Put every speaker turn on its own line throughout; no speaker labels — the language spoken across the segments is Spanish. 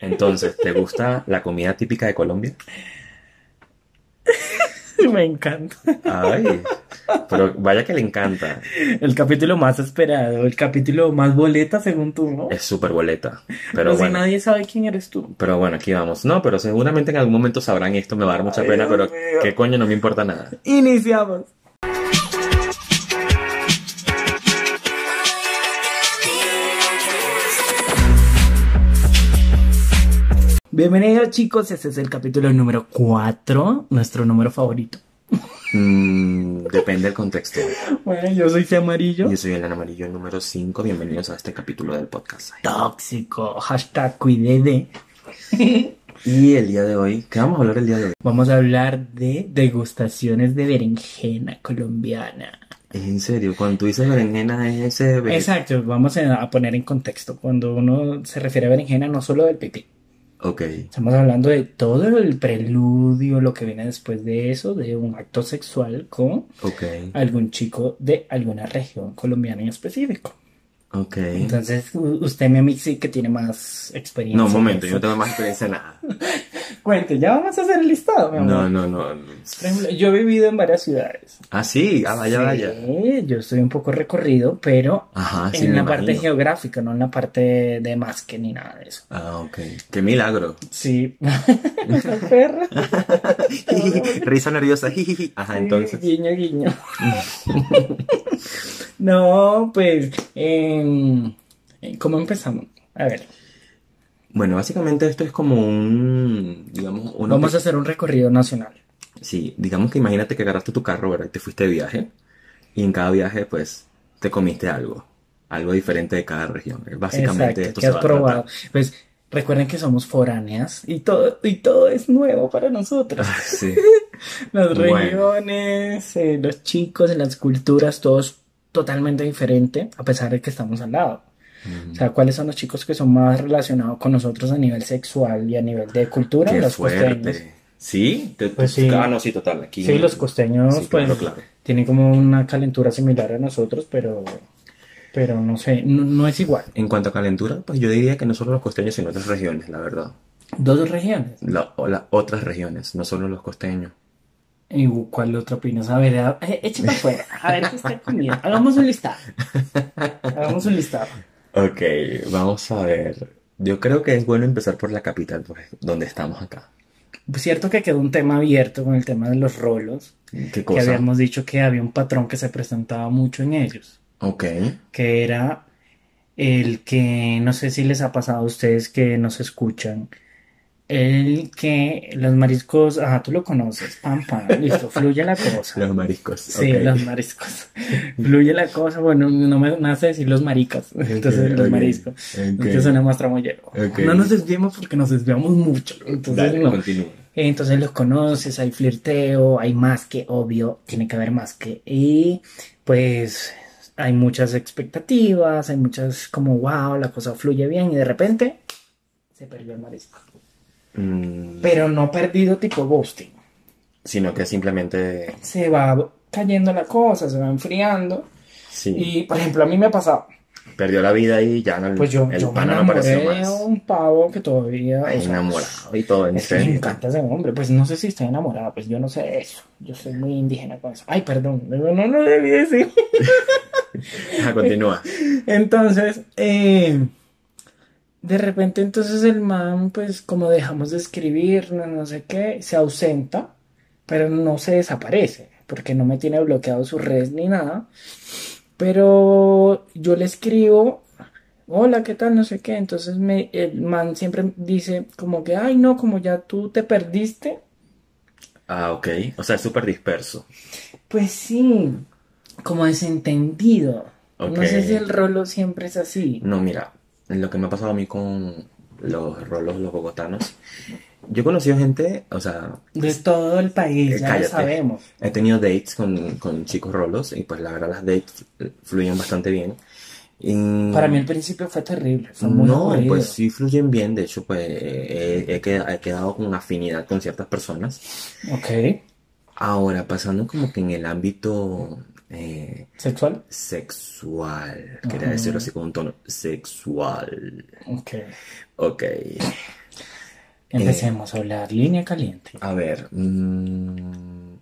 Entonces, ¿te gusta la comida típica de Colombia?
Me encanta.
Ay, pero vaya que le encanta.
El capítulo más esperado, el capítulo más boleta según tú, ¿no?
Es súper boleta. Pero
Pero si
bueno,
nadie sabe quién eres tú.
pero bueno, aquí vamos. No, pero seguramente en algún momento sabrán esto, me va a dar mucha
Ay,
pena,
Dios
pero
mío.
qué coño, no me importa nada.
Iniciamos. Bienvenidos chicos, este es el capítulo número 4, nuestro número favorito.
Mm, depende del contexto.
Bueno, yo soy C amarillo.
Yo soy el amarillo número 5. Bienvenidos a este capítulo del podcast.
Tóxico, hashtag cuidede.
Y el día de hoy, ¿qué vamos a hablar el día de hoy?
Vamos a hablar de degustaciones de berenjena colombiana.
En serio, cuando tú dices berenjena es ese... be-
Exacto, vamos a a poner en contexto. Cuando uno se refiere a berenjena, no solo del pipí.
Ok.
Estamos hablando de todo el preludio, lo que viene después de eso, de un acto sexual con
Ok,
algún chico de alguna región colombiana en específico.
ok.
Entonces, u- usted, mi amigo, sí que tiene más experiencia.
No, un momento,
en
yo no
eso.
tengo más experiencia en nada.
Cuente, ya vamos a hacer el listado, mi
No,
amor.
no, no.
Por ejemplo, yo he vivido en varias ciudades.
Ah, sí, ah, vaya,
Sí,
vaya.
yo estoy un poco recorrido, pero
Ajá, sí,
en
me
la parte
imagino.
geográfica, no en la parte de más que ni nada de eso.
Ah, ok. Qué milagro.
Sí, Esa perra.
Risa nerviosa. jijiji. Ajá, Ah, entonces.
Guiño, guiño. no, pues, em, ¿cómo empezamos? A ver,
Bueno, básicamente esto es como un, digamos, una...
vamos a hacer un recorrido nacional.
Sí, digamos que imagínate que agarraste tu carro, ¿verdad? Y te fuiste de viaje. Y en cada viaje, pues, te comiste algo. Algo diferente de cada región. Básicamente
Exacto,
esto
¿qué
se
has
va a
probado?
tratar.
Pues recuerden que somos foráneas y todo, y todo es nuevo para nosotros.
Ah, sí.
Las
Bueno.
regiones, eh, los chicos, las culturas, todo es totalmente diferente, a pesar de que estamos al lado. O sea, ¿cuáles son los chicos que son más relacionados con nosotros a nivel sexual y a nivel de cultura?
Qué
Los costeños.
fuerte. ¿Sí? Te-
Pues
te-
sí.
Ah, no, sí, total. Aquí.
Sí, los costeños,
Sí,
pues,
claro, claro.
tienen como una calentura similar a nosotros, pero, pero no sé, no, no es igual.
En cuanto a calentura, pues yo diría que no solo los costeños, sino otras regiones, la verdad.
Dos regiones.
La- o las otras regiones, no solo los costeños.
¿Y uh, cuál otra opinas? A ver, a- eh, echa para afuera, a ver qué está comiendo. Hagamos un listado. Hagamos un listado.
Ok, vamos a ver. Yo creo que es bueno empezar por la capital, por ej- donde estamos acá.
Pues, Cierto que quedó un tema abierto con el tema de los rolos,
¿Qué
que
cosa?
habíamos dicho que había un patrón que se presentaba mucho en ellos,
Ok.
que era el que, no sé si les ha pasado a ustedes que nos escuchan, el que los mariscos, ah, tú lo conoces, pam, pam, listo, fluye la cosa.
Los mariscos.
Sí,
ok.
los mariscos. Fluye la cosa, bueno, no me nace decir los maricas, entonces
Ok,
los
ok,
mariscos. Entonces
ok.
suena más tramoyero.
Ok.
No nos desviemos porque nos desviamos mucho, entonces
Dale,
no.
continúa.
Entonces los conoces, hay flirteo, hay más que, obvio, tiene que haber más que. Y pues hay muchas expectativas, hay muchas como, wow, la cosa fluye bien y de repente se perdió el marisco.
Mm,
Pero no perdido tipo ghosting.
sino que simplemente.
Se va cayendo la cosa, se va enfriando.
Sí.
Y por ejemplo, a mí me ha pasado,
Perdió la vida y ya no,
pues yo,
el
yo me
pana no
enamoré
apareció
de
más.
un pavo que todavía, o sea,
Enamorado y todo, en
Es que me
serio.
encanta ese hombre, pues no sé si está enamorada, pues yo no sé de eso. Yo soy muy indígena con eso. Ay, perdón, no, no, no debí decir.
Ajá, continúa.
Entonces, eh, de repente entonces el man, pues como dejamos de escribir, no, no sé qué, se ausenta, pero no se desaparece, porque no me tiene bloqueado sus redes ni nada. Pero yo le escribo, hola, ¿qué tal? No sé qué. Entonces me, el man siempre dice como que, ay, no, como ya tú te perdiste.
Ah, ok. O sea, es súper disperso.
Pues sí, como desentendido. No sé
Ok.
si el rolo siempre es así.
No, mira, lo que me ha pasado a mí con los rolos, los bogotanos, yo he conocido gente, o sea,
De todo el país,
Eh,
ya lo
cállate.
sabemos.
he tenido dates con, con chicos rolos y pues la verdad las dates eh, fluyen bastante bien. Y-
Para mí al principio fue terrible, fue muy
no,
aburrido.
pues sí fluyen bien, de hecho, pues eh, he, he qued- he quedado con afinidad con ciertas personas.
Ok,
Ahora, pasando como que en el ámbito eh,
¿sexual?
sexual, quería
Ajá.
decirlo así con un tono sexual.
Ok.
Ok.
Empecemos a hablar línea caliente.
A ver, mm,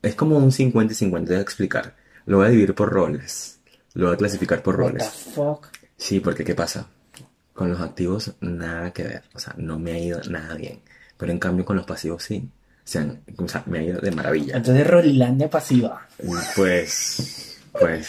es como un 50 y 50 de explicar. Lo voy a dividir por roles. Lo voy a clasificar por
What the
roles.
fuck?
Sí, porque ¿qué pasa? Con los activos nada que ver, o sea, no me ha ido nada bien, pero en cambio con los pasivos sí, se han- o sea, me ha ido de maravilla.
Entonces, Rolilandia pasiva.
Pues, pues,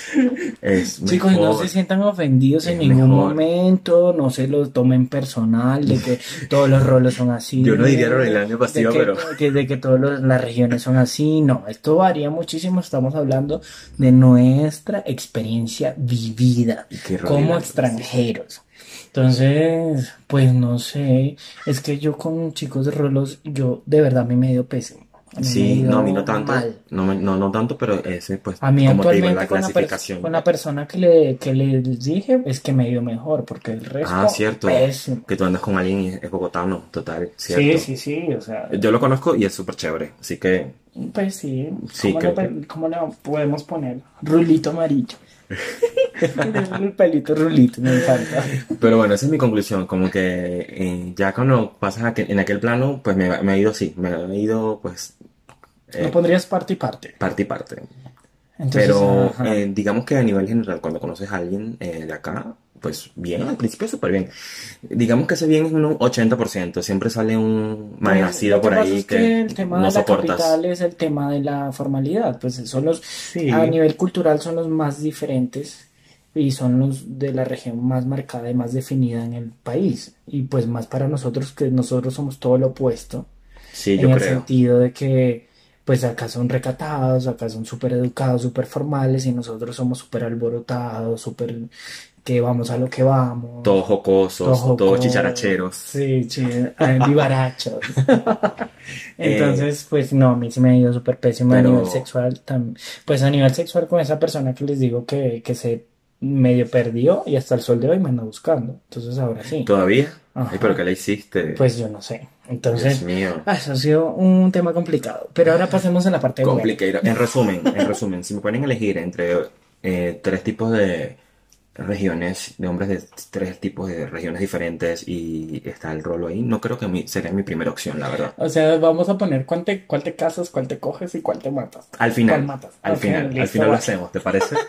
es
Chicos, no
mejor.
se sientan ofendidos en
Es
ningún
mejor.
momento, no se lo tomen personal de que todos los roles son así.
Yo no diría
de
Rolilandia pasiva,
que,
pero
que- de que todas las regiones son así. No, esto varía muchísimo. Estamos hablando de nuestra experiencia vivida
qué
como
Rolilandia.
extranjeros. Entonces, pues no sé, es que yo con chicos de rolos, yo de verdad a mí me dio pésimo. A mí me
Sí,
dio
no, a mí no tanto,
mal.
no, me- no, no tanto, pero ese, pues,
A mí
como te digo,
actualmente
la
con la, pers-
clasificación.
con la persona que le, que le dije es que me dio mejor, porque el resto,
Ah, cierto,
pésimo.
que tú andas con alguien y es bogotano, total,
Sí,
cierto. Eh,
sí, sí, o sea,
Yo lo conozco y es súper chévere, así que
pues sí,
Sí,
¿cómo, le,
creo
pe- cómo le podemos poner? Rulito amarillo. el pelito rulito, me encanta.
Pero bueno, esa es mi conclusión, como que eh, ya cuando pasas aquel- en aquel plano, pues me, me ha ido así, me ha ido pues eh,
Lo pondrías parte y parte.
parte y parte.
Entonces,
Pero
ajá.
eh, digamos que a nivel general, cuando conoces a alguien eh, de acá, pues bien, al principio súper bien. Digamos que ese bien es un 80%, siempre sale un malnacido
Lo que
por
pasa
ahí
es que el tema
no
de la
soportas.
capital es el tema de la formalidad, pues son los,
Sí.
a nivel cultural son los más diferentes y son los de la región más marcada y más definida en el país. Y pues más para nosotros, que nosotros somos todo lo opuesto,
Sí,
en
yo
el
creo.
sentido de que pues acá son recatados, acá son súper educados, súper formales y nosotros somos súper alborotados, súper que vamos a lo que vamos.
Todos jocosos,
Tojo
todos
con-
chicharacheros.
Sí, sí, eh, vivarachos. Entonces, pues no, a mí sí me ha ido súper pésimo a
Eh, pero-
nivel sexual también. Pues a nivel sexual con esa persona que les digo que, que se medio perdió y hasta el sol de hoy me anda buscando. Entonces ahora sí.
¿Todavía?
Ajá.
Ay, pero ¿qué le hiciste?
Pues yo no sé.
Dios
Entonces,
mío.
ah, eso ha sido un tema complicado. Pero ahora pasemos a la parte buena.
Complicated. En resumen, en resumen, si me pueden elegir entre eh, tres tipos de regiones, de hombres de tres tipos de regiones diferentes y está el rolo ahí, no creo que mi, sería mi primera opción, la verdad.
O sea, vamos a poner cuál te, cuál te casas, cuál te coges y cuál te matas.
Al final,
¿Cuál Pues matas?
al
Ok,
final, al
listo,
final lo
vale.
hacemos, ¿te parece?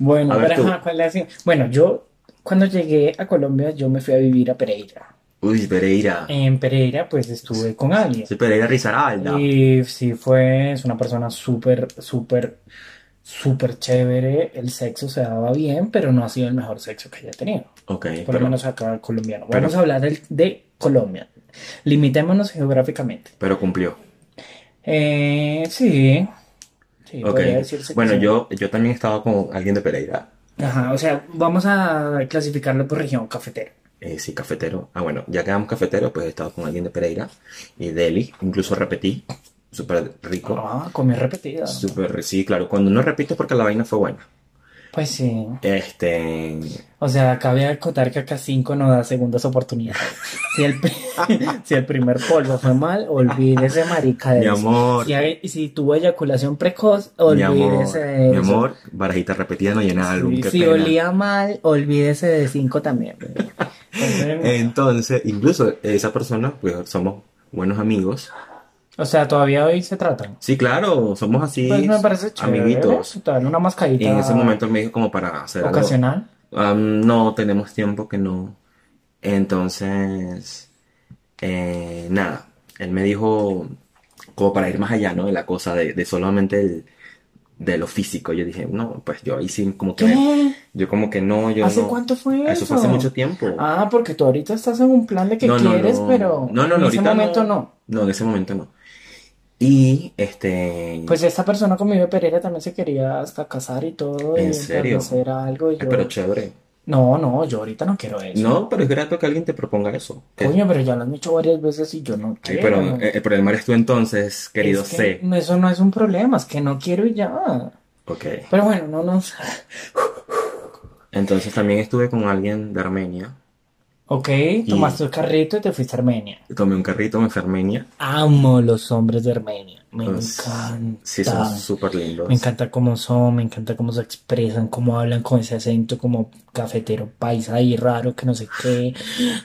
Bueno,
A ver
pero
tú.
ajá, ¿cuál le hacía? Bueno, yo cuando llegué a Colombia, yo me fui a vivir a Pereira.
Uy, Pereira.
En Pereira, pues estuve con alguien.
Soy Pereira Rizaralda.
Y sí fue, es una persona súper, súper, súper chévere. El sexo se daba bien, pero no ha sido el mejor sexo que haya tenido.
Ok,
Por lo
pero,
menos acá colombiano.
pero-
Vamos a hablar del- de Colombia. Limitémonos geográficamente.
pero cumplió.
Eh, sí. Sí,
Ok.
podría decirse que
Bueno,
sí.
yo, yo también estaba con alguien de Pereira.
Ajá, o sea, vamos a clasificarlo por región cafetera.
Eh, sí, cafetero. Ah, bueno, ya quedamos cafetero, pues he estado con alguien de Pereira y Delhi. Incluso repetí. Súper rico.
Ah, comí repetida.
Súper, sí, claro. Cuando uno repite es porque la vaina fue buena.
Pues sí. Eh,
Este.
O sea, cabe acotar que acá 5 no da segundas oportunidades. Si el, pri- si el primer polvo fue mal, olvídese, marica de
Mi
eso.
amor.
Si, hay- si tuvo eyaculación precoz,
Mi amor,
olvídese de
mi
eso.
amor, barajita repetida no llena
Sí,
álbum. qué
si
pena.
olía mal, olvídese de 5 también. Entonces,
Entonces, incluso esa persona, pues somos buenos amigos.
o sea, todavía hoy se tratan.
Sí, claro, somos así,
Pues me parece chévere.
amiguitos.
Total, una
Y
mascadita
en ese momento me dijo como para hacer algo.
ocasional.
Ah, no, tenemos tiempo que no. Entonces, eh, nada, él me dijo, como para ir más allá, ¿no? De la cosa de, de solamente el, de lo físico. Yo dije, no, pues yo ahí sí, como que,
¿Qué?
yo como que no, yo
¿Hace
no.
cuánto fue
Eso fue hace mucho tiempo.
Ah, porque tú ahorita estás en un plan de que
No, no,
quieres,
no.
pero
No, no, no,
en ese
ahorita
momento
no.
no.
No, en ese momento no. Y, este,
Pues esta persona conmigo de Pereira también se quería hasta casar y todo
¿En
y
serio?
hacer algo y
eh,
yo
pero chévere.
no, no, yo ahorita no quiero eso.
No, pero es grato que alguien te proponga eso. Que-
Coño, pero ya lo han hecho varias veces y yo no
Ay,
quiero.
pero eh, el problema eres tú entonces, querido
Es que
C.
no, eso no es un problema, es que no quiero y ya.
Ok.
Pero bueno, no nos.
Entonces también estuve con alguien de Armenia.
Ok, tomaste el carrito y te fuiste a Armenia.
Tomé un carrito, me fui a Armenia.
Amo los hombres de Armenia. Me
Pues,
encantan.
Sí, son súper lindos.
Me encanta cómo son, me encanta cómo se expresan, cómo hablan con ese acento como cafetero paisa ahí raro que no sé qué.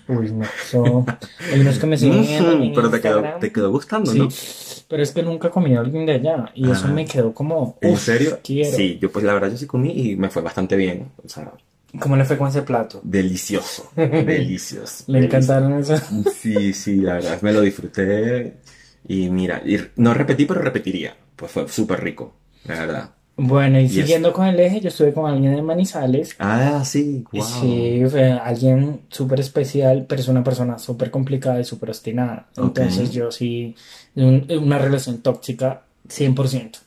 Uy, no, eso. Hay unos que me siguen en
Ujú, Pero te quedó,
Instagram.
te quedó gustando,
Sí,
¿no?
pero es que nunca comí a alguien de allá y eso
Ajá.
me quedó como,
¿En
uf,
serio?
quiero.
Sí, yo pues la verdad yo sí comí y me fue bastante bien. O sea,
¿Cómo le fue con ese plato?
delicioso, delicioso.
Le encantaron eso.
Delici- Sí, sí, la verdad me lo disfruté. Y mira, y no repetí, pero repetiría. Pues fue súper rico, la verdad.
Bueno, y
Yes.
siguiendo con el eje, yo estuve con alguien de Manizales.
Ah, sí,
Y
wow.
sí, fue alguien súper especial, pero es una persona súper complicada y súper obstinada.
Ok.
Entonces yo sí, un- una relación tóxica 100%.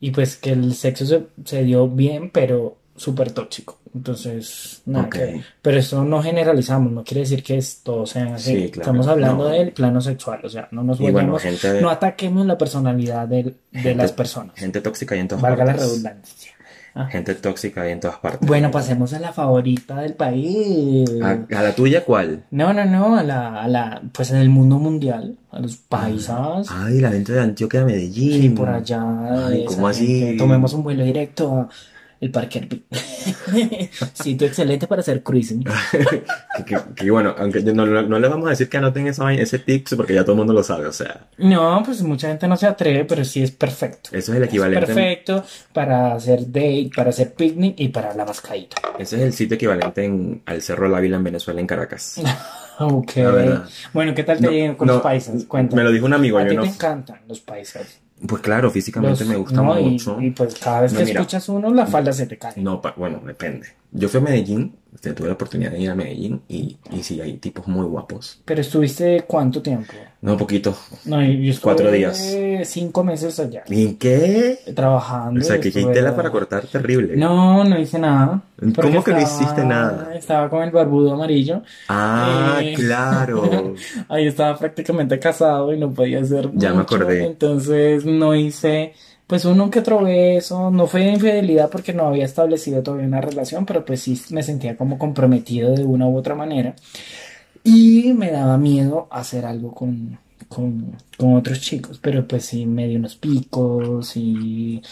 Y pues que el sexo se, se dio bien, pero súper tóxico. Entonces, nada
Ok.
que ver. Pero eso no generalizamos, no quiere decir que es- todos sean así.
Sí, claro.
Estamos hablando
No.
del plano sexual, o sea, no nos
Y bueno,
vayamos,
gente,
no ataquemos la personalidad del- de
gente-
las personas.
gente pues. tóxica hay en todas
Valga la
partes.
redundancia. Ah.
Gente tóxica hay en todas partes. la
Bueno,
verdad.
pasemos a la favorita del país.
¿A, a la tuya cuál?
No, no, no, a la, a la, pues en el mundo mundial, a
Ah.
los paisas,
Ay, la gente de Antioquia a Medellín.
sí, por allá,
Ah, Ay,
esa
¿cómo
gente.
así?
Tomemos un vuelo directo a el Parque Arví. Sitio excelente para hacer cruising.
Ah. Que, que- que bueno, aunque yo no, no, no les vamos a decir que anoten esa vaina- ese tips porque ya todo el mundo lo sabe, o sea,
No, pues mucha gente no se atreve, pero sí es perfecto.
eso es el
Es
equivalente,
perfecto para hacer date, para hacer picnic y para la mascadita.
ese es el sitio equivalente en- al Cerro La Vila en Venezuela, en Caracas.
Ok.
La verdad.
Bueno, ¿qué tal te
No,
llegan con
no,
los paisas? Cuéntame.
Me lo dijo un amigo,
A
yo
ti te
no.
encantan los paisas.
Pues claro, físicamente
Los-
me gusta
no, y-
mucho.
Y, pues cada vez
No,
que
mira. Mm.
escuchas uno, la falda se te cae.
No, pa- bueno, depende. Yo fui a Medellín, o sea, tuve la oportunidad de ir a Medellín y, y sí, hay tipos muy guapos.
Pero estuviste cuánto tiempo?
No, poquito.
No, yo yo
Cuatro
estuve
días.
cinco meses allá.
¿Y qué?
Trabajando.
O sea, que hay
estuve-
tela para cortar terrible.
No, no hice nada.
¿Cómo
porque
que no
estaba-
hiciste nada?
Estaba con el barbudo amarillo.
Ah,
Eh,
claro.
Ahí estaba prácticamente casado y no podía hacer
Ya me
mucho,
acordé.
entonces no hice, pues uno que otro beso, no fue infidelidad porque no había establecido todavía una relación, pero pues sí me sentía como comprometido de una u otra manera y me daba miedo hacer algo con, con, con otros chicos, pero pues sí me dio unos picos y...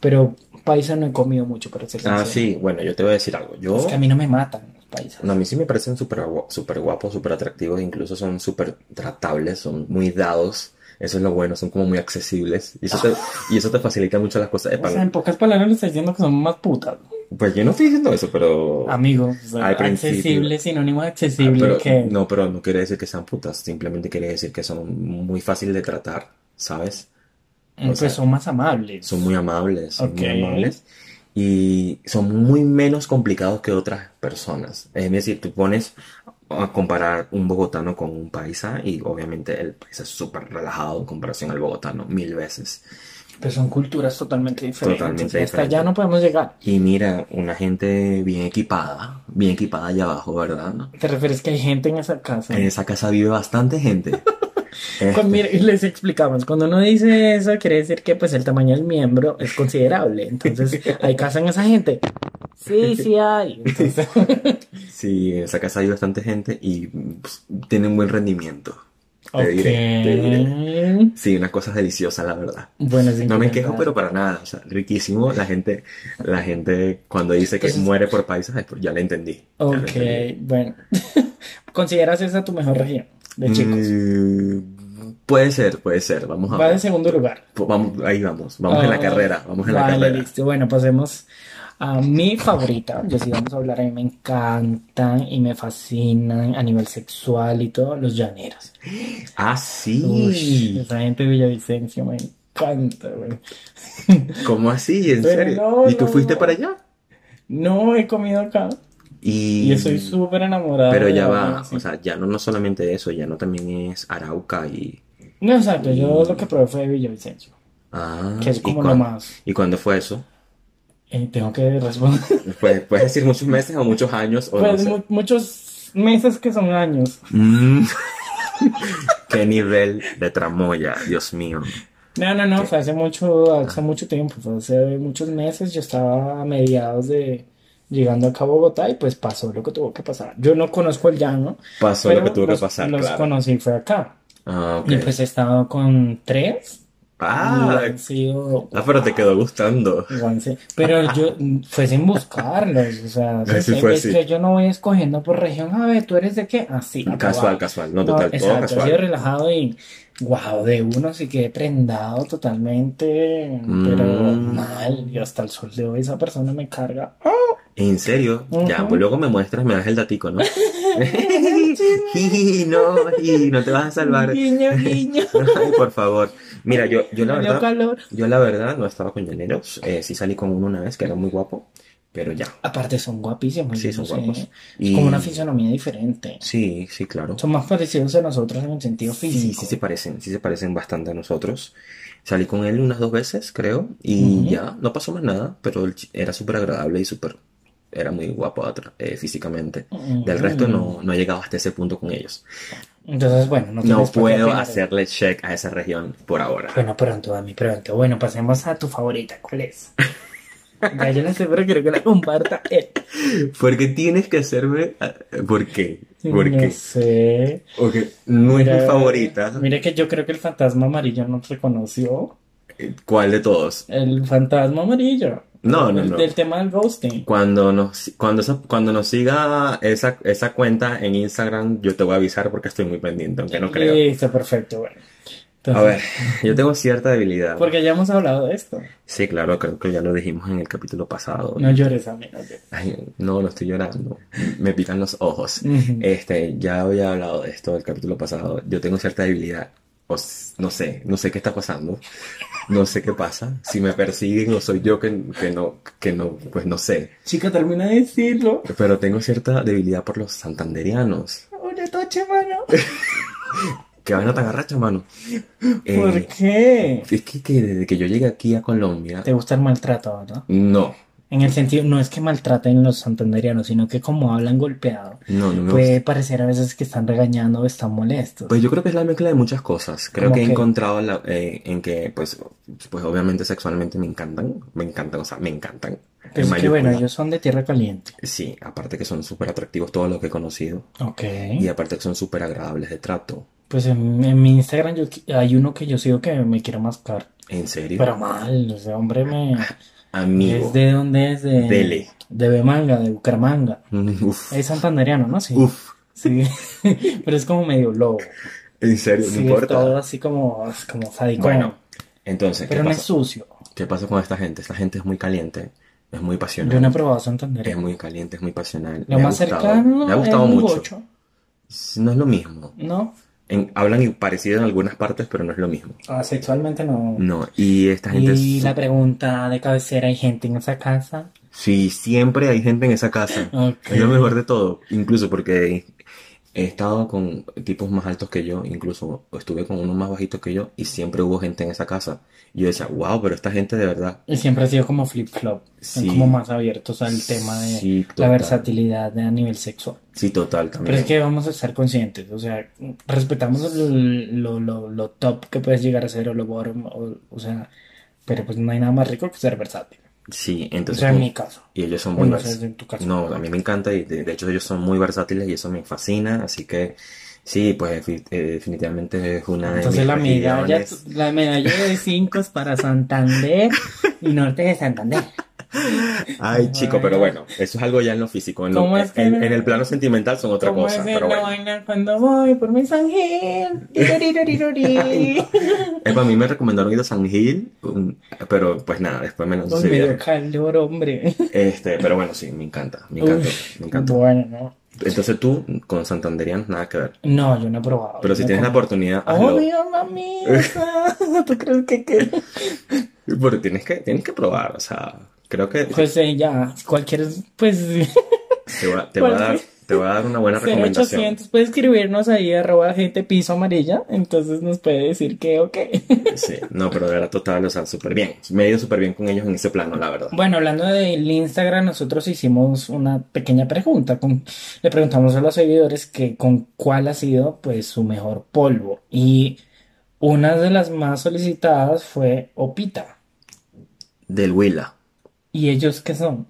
Pero paisa no he comido mucho, para ser
Ah,
sincero.
sí, bueno, yo te voy a decir algo. Yo,
Es que a mí no me matan los paisas.
no, a mí sí me parecen súper gua- súper guapos, súper atractivos, incluso son súper tratables, son muy dados. Eso es lo bueno, son como muy accesibles. Y eso te, y eso te facilita mucho las cosas.
Ah. O
Epa,
sea, en pocas palabras le estoy diciendo que son más putas.
pues yo no estoy diciendo eso, pero.
Amigo, o sea,
Al principio.
accesible, sinónimo de
ah,
accesible,
pero-
que
no, pero no quiere decir que sean putas, simplemente quiere decir que son muy fáciles de tratar, ¿sabes?
mm,
o
pues
sea,
son más amables.
Son muy amables, son muy
Ok.
amables y son muy menos complicados que otras personas. Es decir, tú pones a comparar un bogotano con un paisa y obviamente el paisa es súper relajado en comparación al bogotano, mil veces.
Pero Pues, son culturas totalmente diferentes.
Totalmente
y hasta allá
diferente.
no podemos llegar.
Y mira, una gente bien equipada, bien equipada allá abajo, ¿verdad?
¿Te refieres que hay gente en esa casa?
En este. esa casa vive bastante gente. Este,
Con- mira, y les explicamos, cuando uno dice eso, quiere decir que pues el tamaño del miembro es considerable. Entonces, ¿hay casa en esa gente? Sí, sí hay. Entonces,
Sí, en esa casa hay bastante gente y pues, tienen buen rendimiento. Te
ok.
diré, te diré. Sí, unas cosas deliciosas, la verdad.
Bueno, sin
No me quejo,
comentar.
pero para nada. O sea, riquísimo. La gente, la gente cuando dice que
Entonces-
muere por paisas, pues, ya la entendí. ya la
Ok,
entendí.
bueno. ¿Consideras esa tu mejor región de chicos?
Mm, puede ser, puede ser. Vamos a
Va de
ver.
segundo lugar.
Pues Vamos, ahí vamos. Vamos en la
Ah,
carrera. Vamos en la
vale,
carrera.
listo. Bueno, pasemos a mi favorita. Yo sí vamos a hablar, a mí me encantan y me fascinan a nivel sexual y todo, los llaneros.
Ah,
Uy,
sí.
esa gente de Villavicencio me encanta, güey.
¿Cómo así? ¿En
Pero
serio?
Pues no,
¿Y tú
no,
fuiste
no.
para allá?
No he comido acá
Y...
y estoy súper enamorado
Pero
de
ya va.
Villavicencio.
O sea, ya no, no solamente eso. Ya no también es Arauca y...
No, exacto, yo lo que probé fue de Villavicencio,
Ah,
que es
¿y
como lo
cuán-
más.
¿Y cuándo fue eso?
Eh, tengo que responder.
Puedes, puedes decir muchos meses o muchos años o no
Pues
sé.
mu- muchos meses que son años.
Mm. Qué nivel de tramoya, Dios mío.
No, no, no, fue hace mucho, hace mucho tiempo, fue hace muchos meses, yo estaba a mediados de, llegando acá a Bogotá y pues pasó lo que tuvo que pasar. Yo no conozco el llano,
Pasó lo
pero
que tuvo que
los,
pasar,
los
claro.
conocí fue acá.
Ah, ok.
Y pues he estado con tres
Ah,
y han sido...
ah, pero te quedó gustando.
y han sido- Pero yo fue sin buscarlos, o sea,
Sí,
es
fue
es
así.
que yo no voy escogiendo por región, a ver, ¿tú eres de qué? Así,
Casual, casual. No, total, todo
exacto, ha sido
casual.
relajado y guau, de uno sí quedé prendado totalmente, pero
Mm.
mal, y hasta el sol de hoy esa persona me carga.
¿En serio? Ya,
Ujú.
pues luego me muestras, me das el datico, ¿no? Y no, y no te vas a salvar.
Guiño, guiño.
Ay, por favor. Mira, yo, yo la
Me dio
verdad,
calor.
yo la verdad no estaba con llaneros. Eh, sí salí con uno una vez, que era muy guapo, pero ya,
Aparte son guapísimos,
sí, son
yo no sé,
guapos.
es
Y...
como una fisonomía diferente.
Sí, sí, claro.
Son más parecidos a nosotros en el sentido
Sí, sí
físico.
se parecen, sí se parecen bastante a nosotros. Salí con él unas dos veces, creo, y
Ujú.
ya, no pasó más nada, pero él ch- era súper agradable y súper, era muy guapo atra- eh, físicamente.
Mm,
Del resto no, no he llegado hasta ese punto con ellos.
Entonces, bueno, no
No
tienes por qué
puedo
opinar.
hacerle check a esa región por ahora.
Bueno, pronto, a mí pronto. Bueno, pasemos a tu favorita. ¿Cuál es? Ya yo la sé, pero quiero que la comparta él.
¿Por qué tienes que hacerme? a- ¿Por qué? ¿Por
No
qué?
sé.
Porque no es mi
Mira-
favorita.
Mira que yo creo que el fantasma amarillo no reconoció.
¿Cuál de todos?
El fantasma amarillo.
No, no,
El-
no.
Del tema del ghosting.
Cuando nos, cuando esa- cuando nos siga esa, esa cuenta en Instagram, yo te voy a avisar porque estoy muy pendiente, aunque no creo.
Listo, perfecto, bueno.
A
Entonces,
ver, yo tengo cierta debilidad.
Porque ya hemos hablado de esto.
Sí, claro, creo que ya lo dijimos en el capítulo pasado.
No llores, amigo.
Ay, no, no estoy llorando. Me pican los ojos.
Ujú.
Este, ya había hablado de esto el capítulo pasado. Yo tengo cierta debilidad. O s- no sé, no sé qué está pasando. No sé qué pasa. Si me persiguen o soy yo que, que no, que no, pues no sé.
Chica, termina de decirlo.
Pero tengo cierta debilidad por los santanderianos.
Una toche, mano.
Que van a tan arracha, mano. Eh,
¿Por qué?
es que, que desde que yo llegué aquí a Colombia,
Te gusta el maltrato, ¿no?
no,
En el sentido, no es que maltraten los santanderianos, sino que como hablan golpeado,
no, no me gusta.
puede parecer a veces que están regañando o están molestos.
Pues yo creo que es la mezcla de muchas cosas. Creo
¿Cómo
que he
qué?
encontrado la- eh, en que, pues, pues obviamente sexualmente me encantan, me encantan, o sea, me encantan.
Pero
En
Pues es que bueno,
mayúscula.
ellos son de tierra caliente.
Sí, aparte que son súper atractivos todos los que he conocido.
Ok.
Y aparte que son súper agradables de trato.
Pues en, en mi Instagram yo qui- hay uno que yo sigo que me quiero mascar.
En serio.
Pero mal, ese hombre me...
Amigo.
¿Es de dónde es? De,
Dele.
de Bemanga, de Bucaramanga.
Mm, Uf.
Es santanderiano, ¿no? Sí.
Uf.
Sí. Pero es como medio lobo.
En serio, no
Sí, es
importa.
todo así como, como sádico.
Bueno, entonces, ¿qué
Pero no es
pasa?
sucio.
¿Qué pasa con esta gente? Esta gente es muy caliente, es muy pasional.
Yo no he probado Santander.
Es muy caliente, es muy pasional.
Lo
Me ha
más
gustado.
cercano
Me ha
es
gustado
un
mucho.
gocho,
No es lo mismo.
¿no?
En- hablan y parecido en algunas partes, pero no es lo mismo.
Ah, sexualmente no.
No, y esta gente es-
Y la pregunta de cabecera, ¿hay gente en esa casa?
Sí, siempre hay gente en esa casa.
Ok.
Es lo mejor de todo, incluso porque he estado con tipos más altos que yo, incluso estuve con uno más bajito que yo y siempre hubo gente en esa casa. Y yo decía, wow, pero esta gente de verdad.
Y siempre ha sido como flip-flop. Son
Sí.
como más abiertos al tema de
Sí,
la
total.
versatilidad de- a nivel sexual.
Sí, total también.
Pero es que vamos a estar conscientes, o sea, respetamos el- lo, lo- lo top que puedes llegar a ser o lo bottom, o, o sea, pero pues no hay nada más rico que ser versátil.
Sí,
O
entonces
sea, en
como-
mi caso.
y ellos son
O
muy
no
vers-
sé, en tu caso.
No, a mí me encanta y de, de hecho ellos son muy versátiles y eso me fascina, así que sí, pues defi- eh, definitivamente es una de
Entonces
mis
la medalla,
regiones.
la medalla de cinco es para Santander y norte de Santander.
Ay, chico, pero bueno, eso es algo ya en lo físico, en, lo-
¿Cómo es que
en-
no?
en el plano sentimental son otra
¿Cómo
cosa,
es
pero
la
bueno.
vaina cuando voy por mi San Gil? Tiririririririri.
Epa, a mí me recomendaron ir a San Gil, un- pero pues nada, después me lancé
Uy,
ese
me dio
viaje.
calor, hombre.
Este, pero bueno, sí, me encanta, me encanta,
Uf,
me encanta.
Bueno, no.
Entonces tú, con santanderianos, nada que ver.
No, yo no he probado.
Pero
yo
si
no
tienes la
como.
oportunidad, hazlo.
Obvio, mami. o sea, ¿Tú crees que qué?
Porque tienes que, tienes que probar, o sea, creo que
Pues eh, ya, cualquier, pues,
te va, te va a dar, te va a dar una buena recomendación.
0800 puede escribirnos ahí, arroba gente piso amarilla. Entonces nos puede decir que, ok.
Sí, no, pero de verdad total, o sea, súper bien. Me he ido súper bien con ellos en ese plano, la verdad.
Bueno, hablando del Instagram, nosotros hicimos una pequeña pregunta. con- le preguntamos a los seguidores que con cuál ha sido pues su mejor polvo. Y una de las más solicitadas fue Opita.
Del Huila.
¿Y ellos qué son?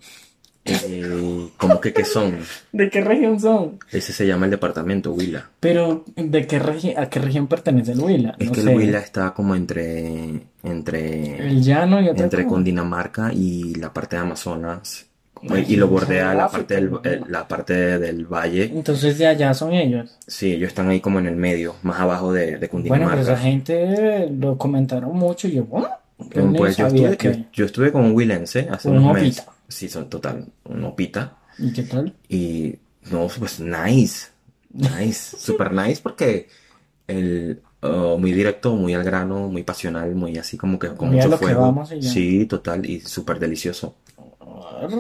Eh, ¿cómo que qué son?
¿De qué región son?
Ese se llama el departamento Huila.
Pero, ¿de qué regi- a qué región pertenece el Huila?
Es
No
que
sé.
el Huila está como entre, entre,
El llano y otra
entre
cosa.
Cundinamarca y la parte de Amazonas.
Ay,
Y lo
son
bordea la
África,
parte del,
¿no?
el- la parte del valle.
Entonces de allá son ellos.
Sí, ellos están ahí como en el medio, más abajo de, de
Bueno, pero esa
Cundinamarca.
gente lo comentaron mucho y yo, bueno, yo
Bueno,
ni
pues yo
sabía
estuve, yo,
que...
yo estuve con un huilense hace
Un
unos
opita.
meses. Sí, son total, un opita.
¿Y qué tal?
Y no, pues nice, nice, super nice porque el oh, muy directo, muy al grano, muy pasional, muy así como que con
Muy a
mucho
lo que
fuego.
vamos y ya. Oh.
Sí, total y súper delicioso.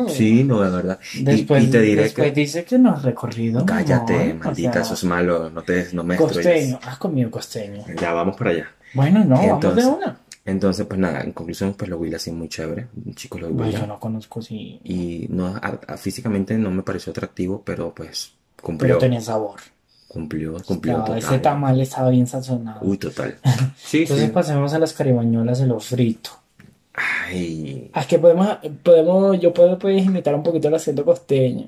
Sí, no, de verdad. Y,
Después,
y te diré
después
que
dice que no has recorrido.
cállate,
mamón. O
maldita,
sea,
eso es malo, no te no me destruyes.
costeño, has comido costeño.
Ya vamos para allá.
Bueno, no,
Entonces,
vamos de una.
Entonces, pues nada, en conclusión, pues los Huila sí muy chévere, chicos los
Bueno, yo
Huila.
no conozco si...
Y no, a- a- físicamente no me pareció atractivo, pero pues
Pero
cumplió,
tenía sabor.
cumplió, cumplió
Estaba-
total.
ese tamal estaba bien sazonado.
Uy, total. Sí,
Entonces pues,
sí.
pasemos a las caribañolas de lo frito. Ah,
Ay,
Es que podemos, podemos, yo puedo pues, imitar un poquito el acento costeño.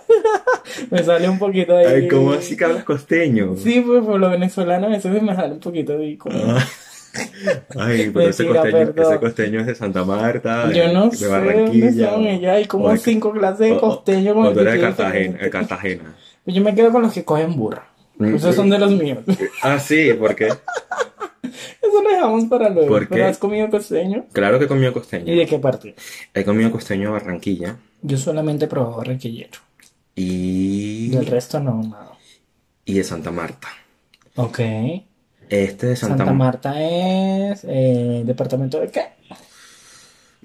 me sale un poquito ahí.
ay, ¿cómo así que hablas costeño?
Sí, pues por lo venezolano eso me sale un poquito ahí. como-
Ah. Ay, pero ese costeño,
Mentira, Pues perdón.
ese costeño es de Santa Marta, de,
yo no
Ah, de
sé dónde
Barranquilla.
son ellos. Hay como
O de-
cinco clases de
o-
costeño. con
o
el
tú eres de
que estoy
Cartagena,
diferente.
de Cartagena.
Pues yo me quedo con los que cogen burra.
Mm,
Esos son de los míos.
Ah, sí, porque
Eso lo dejamos para luego.
¿Por
Pero
qué?
has comido costeño.
claro que he comido costeño.
¿Y de qué parte?
He comido costeño de Barranquilla
Yo solamente he probado barranquillero.
y,
Del resto no, nada.
y de Santa Marta.
Ok.
Este de Santa,
Santa Marta es eh, departamento de qué?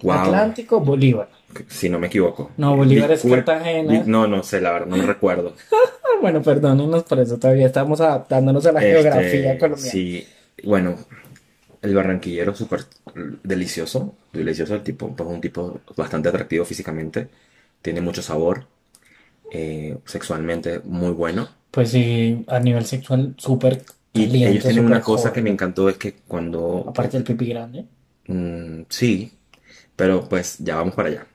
Wow,
Atlántico, Bolívar.
si no me equivoco.
No, Bolívar es
Discul-
Cartagena.
di- No, no sé, la verdad, no recuerdo.
Ah, bueno, perdónenos por eso, todavía estamos adaptándonos a la
Este,
geografía colombiana.
Sí, bueno, el barranquillero súper delicioso, delicioso el tipo, pues un tipo bastante atractivo físicamente, tiene mucho sabor, eh, sexualmente muy bueno.
Pues sí, a nivel sexual, súper
Y
caliente,
ellos tienen
súper
una cosa que
joven.
me encantó, es que cuando...
Aparte del pipi grande.
mm, sí, pero pues ya vamos para allá.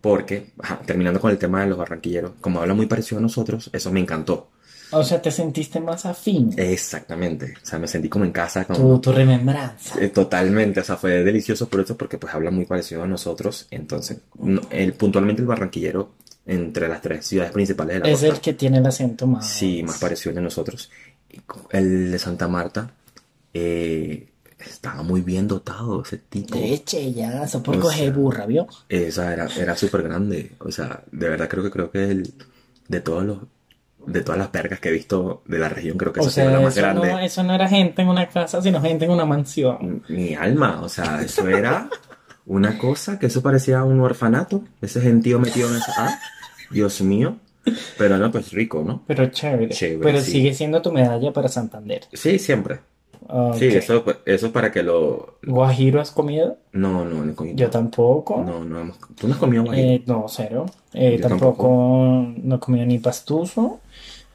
Porque, ajá, terminando con el tema de los barranquilleros, como habla muy parecido a nosotros, eso me encantó.
O sea, te sentiste más afín.
Eh, Exactamente. O sea, me sentí como en casa, como...
Tu, tu remembranza.
Eh, Totalmente, o sea, fue delicioso por eso, porque pues habla muy parecido a nosotros. Entonces, no- el, puntualmente el barranquillero, entre las tres ciudades principales de la
Es Ah, el
costa,
que tiene el acento más.
sí, más parecido al de nosotros. Y co- El de Santa Marta eh, estaba muy bien dotado, ese tipo.
Leche, ya, eso por
O
coger
sea,
burra, ¿vio?
Eh, o sea, era, era súper grande. O sea, de verdad creo que creo que el, de todos los, de todas las vergas que he visto de la región, creo que
O
esa fue la
sea,
más
eso no,
grande. Mm.
eso no era gente en una casa, sino gente en una mansión.
mi alma, o sea, eso era una cosa que eso parecía un orfanato, ese gentío metido en esa, ah, Dios mío, pero no, pues rico, ¿no?
Pero chévere.
Chévere,
Pero
sí.
sigue siendo tu medalla para Santander.
Sí, siempre.
Ok.
Sí, eso, pues, eso es para que lo...
Ah, ¿Guajiro has comido?
No, no, no he comido.
Yo tampoco.
No, no, hemos- tú no has comido guajiro.
Eh, no, cero. Eh,
Yo
tampoco no he comido ni pastuso,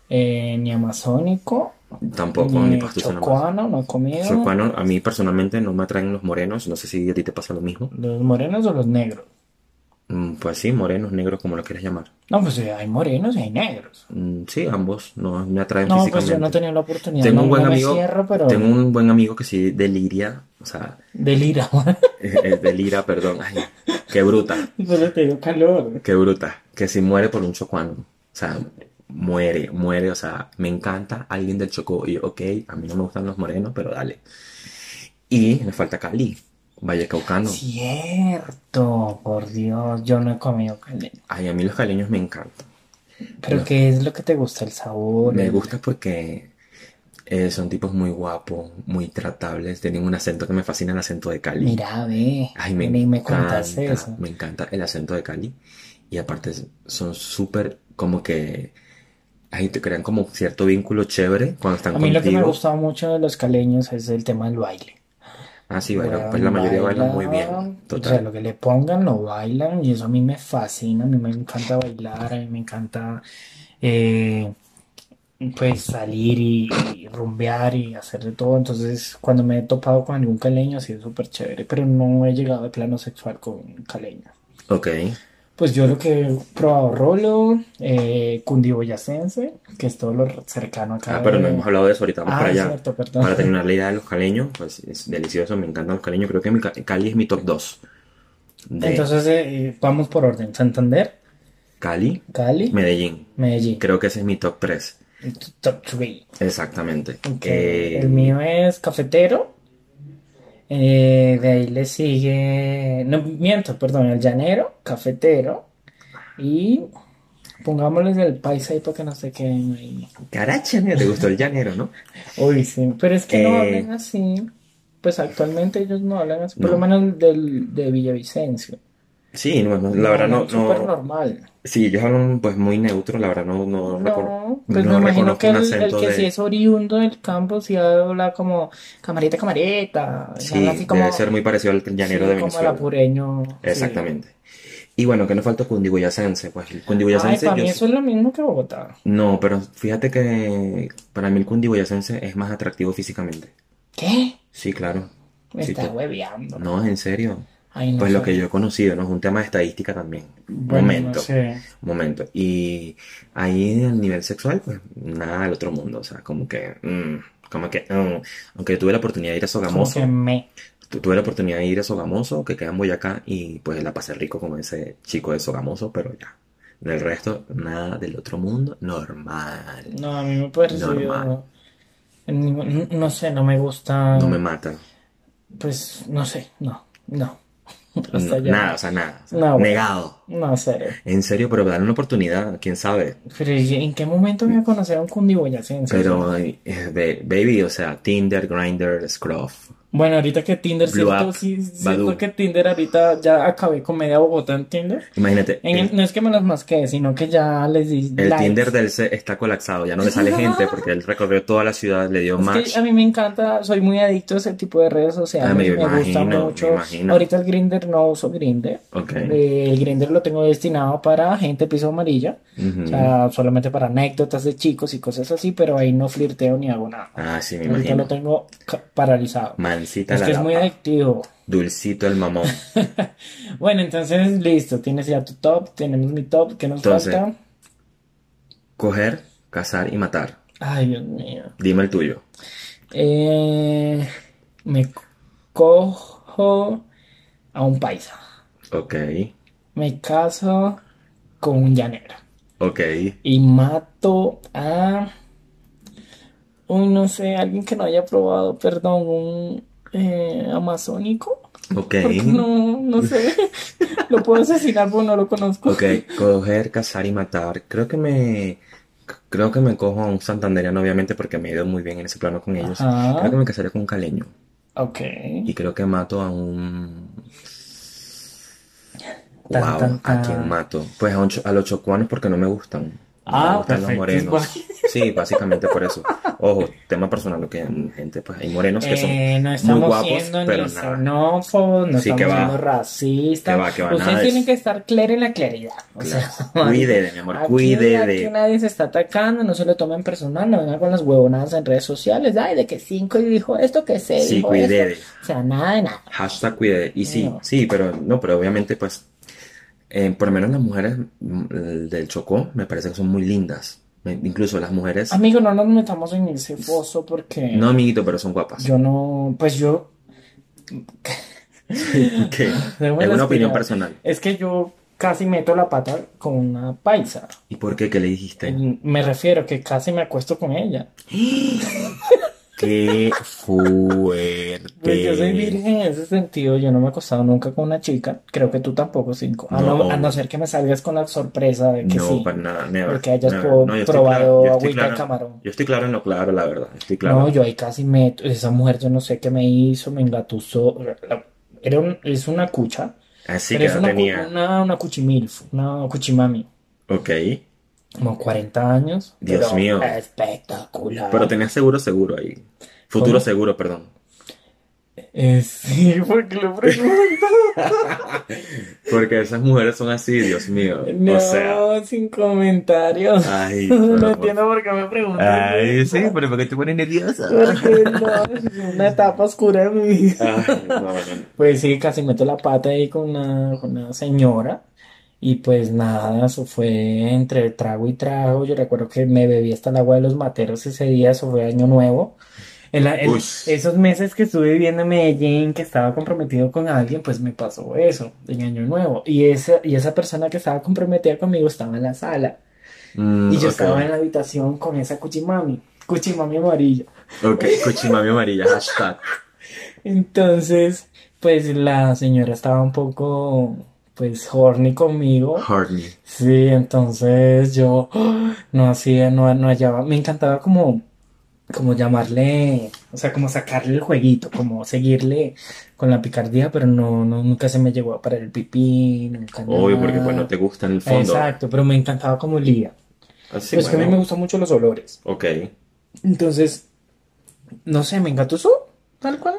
eh, ni amazónico,
Tampoco,
ni
ni pastuso nomás.
chocuano, no he comido.
Chocuano, a mí personalmente no me atraen los morenos, no sé si a ti te pasa lo mismo.
¿Los morenos o los negros?
Mm, Pues sí, morenos, negros, como lo quieras llamar.
No, pues eh, hay morenos y hay negros.
Mm, Sí, ambos no me atraen
No, pues
físicamente.
yo no he tenido la oportunidad.
Tengo
no,
un buen
no me
amigo,
cierro, pero
tengo un buen amigo que sí deliria, o sea,
delira.
eh, delira, perdón, ay, qué bruta,
Solo te dio calor.
qué bruta, que si muere por un chocuano, o sea, muere, muere, o sea, me encanta alguien del Chocó, y yo, ok, a mí no me gustan los morenos, pero dale. Y me falta Cali, Vallecaucano,
Cierto, por Dios, yo no he comido caldero.
ay, a mí los caleños me encantan,
Pero
No.
¿qué es lo que te gusta? El sabor.
me
el-
gusta porque eh, son tipos muy guapos, muy tratables, tienen un acento que me fascina, el acento de Cali.
Mira, ve.
Ay, me
Ni me
encanta,
contaste eso.
me encanta el acento de Cali. Y aparte son súper como que... Ahí te crean como cierto vínculo chévere cuando están
A mí lo que me
contigo.
gustaba mucho de los caleños es el tema del baile.
Ah, sí, bailan. Pues la
Weón,
mayoría bailan muy
bailan,
bien.
O sea,
Total.
lo que le pongan lo bailan y eso a mí me fascina, a mí me encanta bailar, a mí me encanta eh, pues salir y, y rumbear y hacer de todo. Entonces, cuando me he topado con algún caleño ha sido súper chévere, pero no he llegado de plano sexual con caleño.
Ok. Ah,
Pues yo lo que he probado Rolo, eh, Cundiboyacense, que es todo lo cercano acá.
Ah, pero no
de-
hemos hablado de eso, ahorita vamos
Ah,
para
es
allá.
cierto, perdón.
Para terminar la idea de los caleños, pues es delicioso, me encantan los caleños. Creo que mi ca- Cali es mi top 2. De
Entonces eh, vamos por orden. Santander,
Cali,
Cali,
Medellín.
Medellín.
Creo que ese es mi top 3.
Top 3.
Exactamente.
Ok,
Eh,
El mío es cafetero. Eh, de ahí le sigue. No, miento, perdón, el llanero, cafetero. Y pongámosles el paisa ahí para que no se queden ahí.
Caracha, mira, te gustó el llanero, ¿no?
Uy, sí, pero es que no
Eh.
hablan así. Pues actualmente ellos no hablan así, por
No.
lo menos del, de Villavicencio.
Sí, no, no, la verdad no,
Súper
no-
normal.
Sí, ellos hablan pues muy neutro, la verdad no, no,
No,
recon-
pues
no
me imagino
reconozco
que
un
el, el
acento
que
de...
sí es oriundo del campo, sí habla como camarita, camarita. y
Sí,
habla así como,
debe ser muy parecido al llanero
sí,
de
como el
Venezuela.
apureño. sí.
Exactamente. Y bueno, que nos falta Cundiboyacense, pues el
Ay,
Cundiboyacense
para
yo
mí
sé-
eso es lo mismo que Bogotá.
No, pero fíjate que para mí el cundiboyacense es más atractivo físicamente.
¿Qué?
Sí, claro.
Me
Sí,
estás
tú-
hueveando.
No, es en serio.
Ay, no
Pues lo
sé.
que yo he conocido, ¿no? Es un tema de estadística también.
Bueno,
Momento.
no sé.
Momento. Y ahí al nivel sexual, pues nada del otro mundo. O sea, como que. mm, como que. mm. Aunque tuve la oportunidad de ir a
Como que
Sogamoso.
me.
tu- Tuve la oportunidad de ir a Sogamoso, que queda en Boyacá, y pues la pasé rico con ese chico de Sogamoso, pero ya. Del resto, nada del otro mundo, normal.
No, a mí me pareció.
Normal.
No, no sé, no me gusta.
No me mata.
Pues no sé, no, no.
No,
Hasta allá.
nada, o sea, nada. O sea,
No, bueno.
Negado.
No, serio.
En serio, pero darle una oportunidad, quién sabe.
Pero ¿y ¿en qué momento voy a conocer a un cundiboyacense?
Pero, ay, eh, be- baby, o sea, Tinder, Grindr, Scruff.
Bueno, ahorita que Tinder,
Blue
¿cierto?
App,
Sí,
Badoo.
siento que Tinder ahorita ya acabé con media Bogotá en Tinder.
Imagínate,
En el-
el,
no es que me las masqué, sino que ya les di
el
likes.
Tinder del C está colapsado, ya no le sale gente porque él recorrió toda la ciudad, le dio
Es que
match.
a mí me encanta, soy muy adicto a ese tipo de redes sociales,
Ah, me
me, gusta
imagino, me
mucho.
imagino.
Ahorita el Grinder no uso Grinder.
Ok.
Eh, El Grinder lo tengo destinado para gente piso amarilla,
Ujú.
o sea,
Mm.
solamente para anécdotas de chicos y cosas así, pero ahí no flirteo ni hago nada.
Ah, sí, me
Ahorita lo
imagino.
tengo ca- paralizado.
Mancita
Es
la
que es muy
lapa.
adictivo.
Dulcito el mamón.
Bueno, entonces listo, tienes ya tu top, tenemos mi top, ¿qué nos
Entonces-
falta?
Coger, cazar y matar.
Ay, Dios mío.
Dime el tuyo.
Eh, me cojo a un paisa.
Ok.
Me caso con un llanero.
Ok.
Y mato a... Uy, no sé, alguien que no haya probado, perdón, un eh, amazónico.
Ok.
Porque no, no sé. Lo puedo asesinar porque no lo conozco.
Ok, coger, cazar y matar. Creo que me, creo que me cojo a un santandereano, obviamente, porque me he ido muy bien en ese plano con ellos.
Ajá.
Creo que me casaré con un caleño.
Ah, Ok.
Y creo que mato a un...
Tan,
Wow,
tan,
¿a
tan.
quién mato? Pues a, un cho- a los chocuanos porque no me gustan. No
Ah,
me gustan los
perfecto,
morenos. Sí, básicamente por eso. Ojo, tema personal, lo que hay gente, pues hay morenos que son
Eh, no
muy
estamos
guapos,
siendo
pero
ni
nada.
xenófobos, no
Sí,
estamos
que va.
siendo racistas.
Que va, que va,
Ustedes
nada de
tienen
eso.
que estar claros en la claridad. O sea,
Cuide, mi amor,
aquí-
cuide
aquí
de...
nadie se está atacando, no se lo tomen personal, no vengan con las huevonadas en redes sociales. Ay, de que cinco y dijo esto, que se
Sí,
dijo
cuide
esto.
de...
O sea, nada de nada.
Hashtag cuide. Y sí,
No.
sí, pero no, pero obviamente, pues, eh, por lo menos las mujeres mm, del Chocó me parece que son muy lindas. Me- incluso las mujeres,
Amigo, no nos metamos en ese foso porque
no amiguito, pero son guapas.
yo no, pues yo
Que
Debo
es una
respirar.
opinión personal.
Es que yo casi meto la pata con una paisa.
¿Y por qué? ¿Qué le dijiste?
Me refiero que casi me acuesto con ella.
¡Qué
Pues yo soy
fuerte!
virgen en ese sentido, yo no me he acostado nunca con una chica, creo que tú tampoco, cinco. A no,
No.
a no ser que me salgas con la sorpresa de que
No,
sí.
para nada, never.
Porque hayas
never.
pro-
No, yo estoy
probado
claro- yo estoy
agüita de
claro-
camarón.
Yo estoy claro en lo claro, la verdad. Estoy claro.
No, yo ahí casi meto. Esa mujer yo no sé qué me hizo, me engatusó. Era un- es una cucha,
Así que
pero es
no
una, cu-
tenía.
una, una cuchimilf, una cuchimami.
Ok.
Como 40 años.
Dios
pero
mío.
Espectacular.
Pero tenías seguro, seguro ahí. Futuro
¿Cómo?
seguro, perdón.
Eh, sí, porque lo pregunto.
Porque esas mujeres son así, Dios mío.
No,
O sea.
sin comentarios.
Ay,
No
pero-
entiendo por qué me preguntan.
Ay, sí, pero porque te pones nerviosa.
Porque no, es una etapa oscura de mi
Ah,
vida.
Ay, no, no, no.
Pues sí, casi meto la pata ahí con una, con una señora. Y pues nada, eso fue entre trago y trago. Yo recuerdo que me bebí hasta el agua de los materos ese día, eso fue año nuevo. En la- en
Uy.
esos meses que estuve viviendo en Medellín, que estaba comprometido con alguien, pues me pasó eso, en año nuevo. Y esa, y esa persona que estaba comprometida conmigo estaba en la sala.
Mm,
Y yo
ok.
estaba en la habitación con esa cuchimami, cuchimami amarilla.
Ok, Cuchimami amarilla, hashtag.
Entonces, pues la señora estaba un poco, pues, horny conmigo.
Horny.
Sí, entonces yo ¡ah! no hacía, no, no hallaba, me encantaba como, como llamarle, o sea, como sacarle el jueguito, como seguirle con la picardía, pero no, no, nunca se me llegó a parar el pipí, nunca
Obvio, porque pues no
nada.
te gusta en el fondo.
Exacto, pero me encantaba como olía.
Así,
Pues que a mí me
bueno.
gustan mucho los olores.
Ok.
Entonces, no sé, me engatusó, tal cual.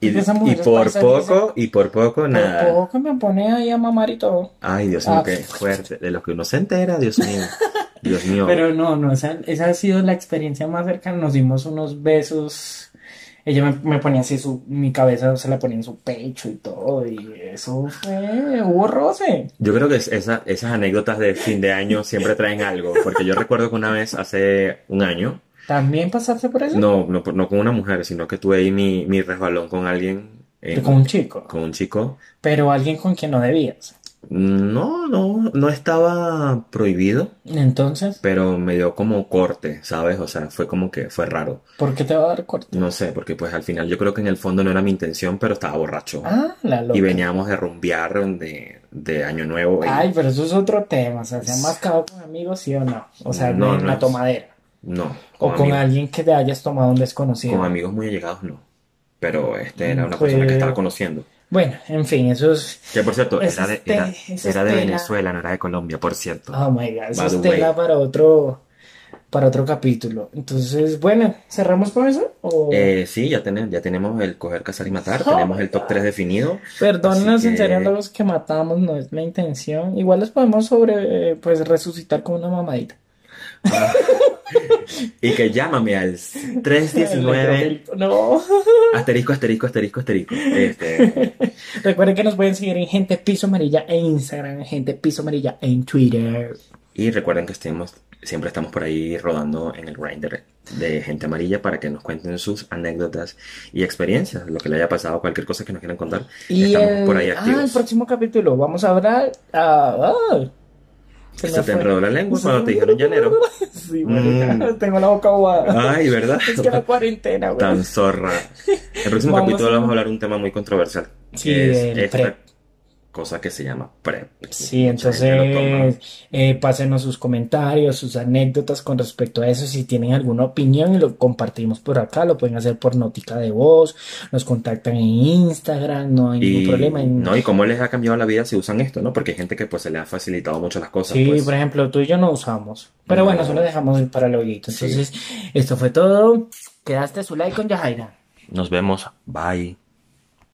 Y,
Porque esa
y
mujer es
por
paisa, dice,
poco, y por poco,
por
nada.
poco me pone ahí a mamar y todo.
Ay, Dios mío,
Ah.
qué fuerte. De lo que uno se entera, Dios mío. Dios mío.
Pero no, no, esa, esa ha sido la experiencia más cercana. Nos dimos unos besos. Ella me, me ponía así su, mi cabeza se la ponía en su pecho y todo. Y eso fue, hubo roce.
Yo creo que es- esa- esas anécdotas de fin de año siempre traen algo, porque yo recuerdo que una vez hace un año,
¿También pasaste por eso?
no, no, no con una mujer, sino que tuve ahí mi, mi resbalón con alguien, en-
Con un chico.
con un chico.
Pero alguien con quien no debías.
No, no, no estaba prohibido,
Entonces,
pero me dio como corte, ¿sabes? O sea, fue como que fue raro.
¿por qué te va a dar corte?
No sé, porque pues al final yo creo que en el fondo no era mi intención, pero estaba borracho.
Ah, la
Y
loca.
veníamos de rumbear de, de Año Nuevo. y-
Ay, pero eso es otro tema. O sea, ¿se han mascado con amigos, sí o no? O sea,
No,
en
no
la
es-
tomadera.
No,
O con
amigos,
alguien que te hayas tomado un desconocido.
con amigos muy allegados no. Pero este era una
Pues-
persona que estaba conociendo.
Bueno, en fin, eso es.
Que por cierto,
Esa
era de,
es te-
era,
esa
era
es
de
tela.
Venezuela, no era de Colombia, por cierto.
Oh my God, eso
By the
es
way.
tela para otro, para otro capítulo. Entonces, bueno, ¿cerramos con eso? O...
Eh, sí, ya, tenemos ya tenemos el coger, cazar y matar,
Oh
tenemos
my
el top
God.
3 definido.
Perdónenos,
así
en serio,
que-
los que matamos, no es la intención. Igual los podemos sobre, eh, pues, resucitar con una mamadita.
Y que llámame al
El
319
necrofil- No.
asterisco, asterisco, asterisco, asterisco. Este,
Recuerden que nos pueden seguir en Gente Piso Amarilla en Instagram, en Gente Piso Amarilla en Twitter.
y recuerden que estemos, siempre estamos por ahí rodando en el grinder de gente amarilla para que nos cuenten sus anécdotas y experiencias, lo que le haya pasado, cualquier cosa que nos quieran contar.
Y
estamos
el...
por ahí
ah,
activos.
el próximo capítulo vamos a hablar. ah, ah, se
Se te
me fue.
enredó la lengua Pues cuando te dijeron llanero.
Sí, marica,
Mm.
tengo la boca ahogada.
Ay, ¿verdad?
Es que la cuarentena, güey.
Tan zorra. El próximo
Vamos
capítulo
a-
vamos a hablar de un tema muy controversial. Que
Sí,
es
el
esta
PrEP.
cosa que se llama PrEP.
Sí,
Mucha gente lo toma.
entonces eh, pásenos sus comentarios, sus anécdotas con respecto a eso. Si tienen alguna opinión y lo compartimos por acá, lo pueden hacer por notica de voz, nos contactan en Instagram, no hay ningún
Y,
problema. en-
no, y cómo les ha cambiado la vida si usan esto, ¿no? Porque hay gente que pues se le ha facilitado mucho las cosas.
Sí,
pues.
por ejemplo, tú y yo no usamos. Pero bueno,
No.
eso lo dejamos para el hoyito.
Sí.
Entonces, esto fue todo. Quedaste su like con Yajaira.
Nos vemos. Bye.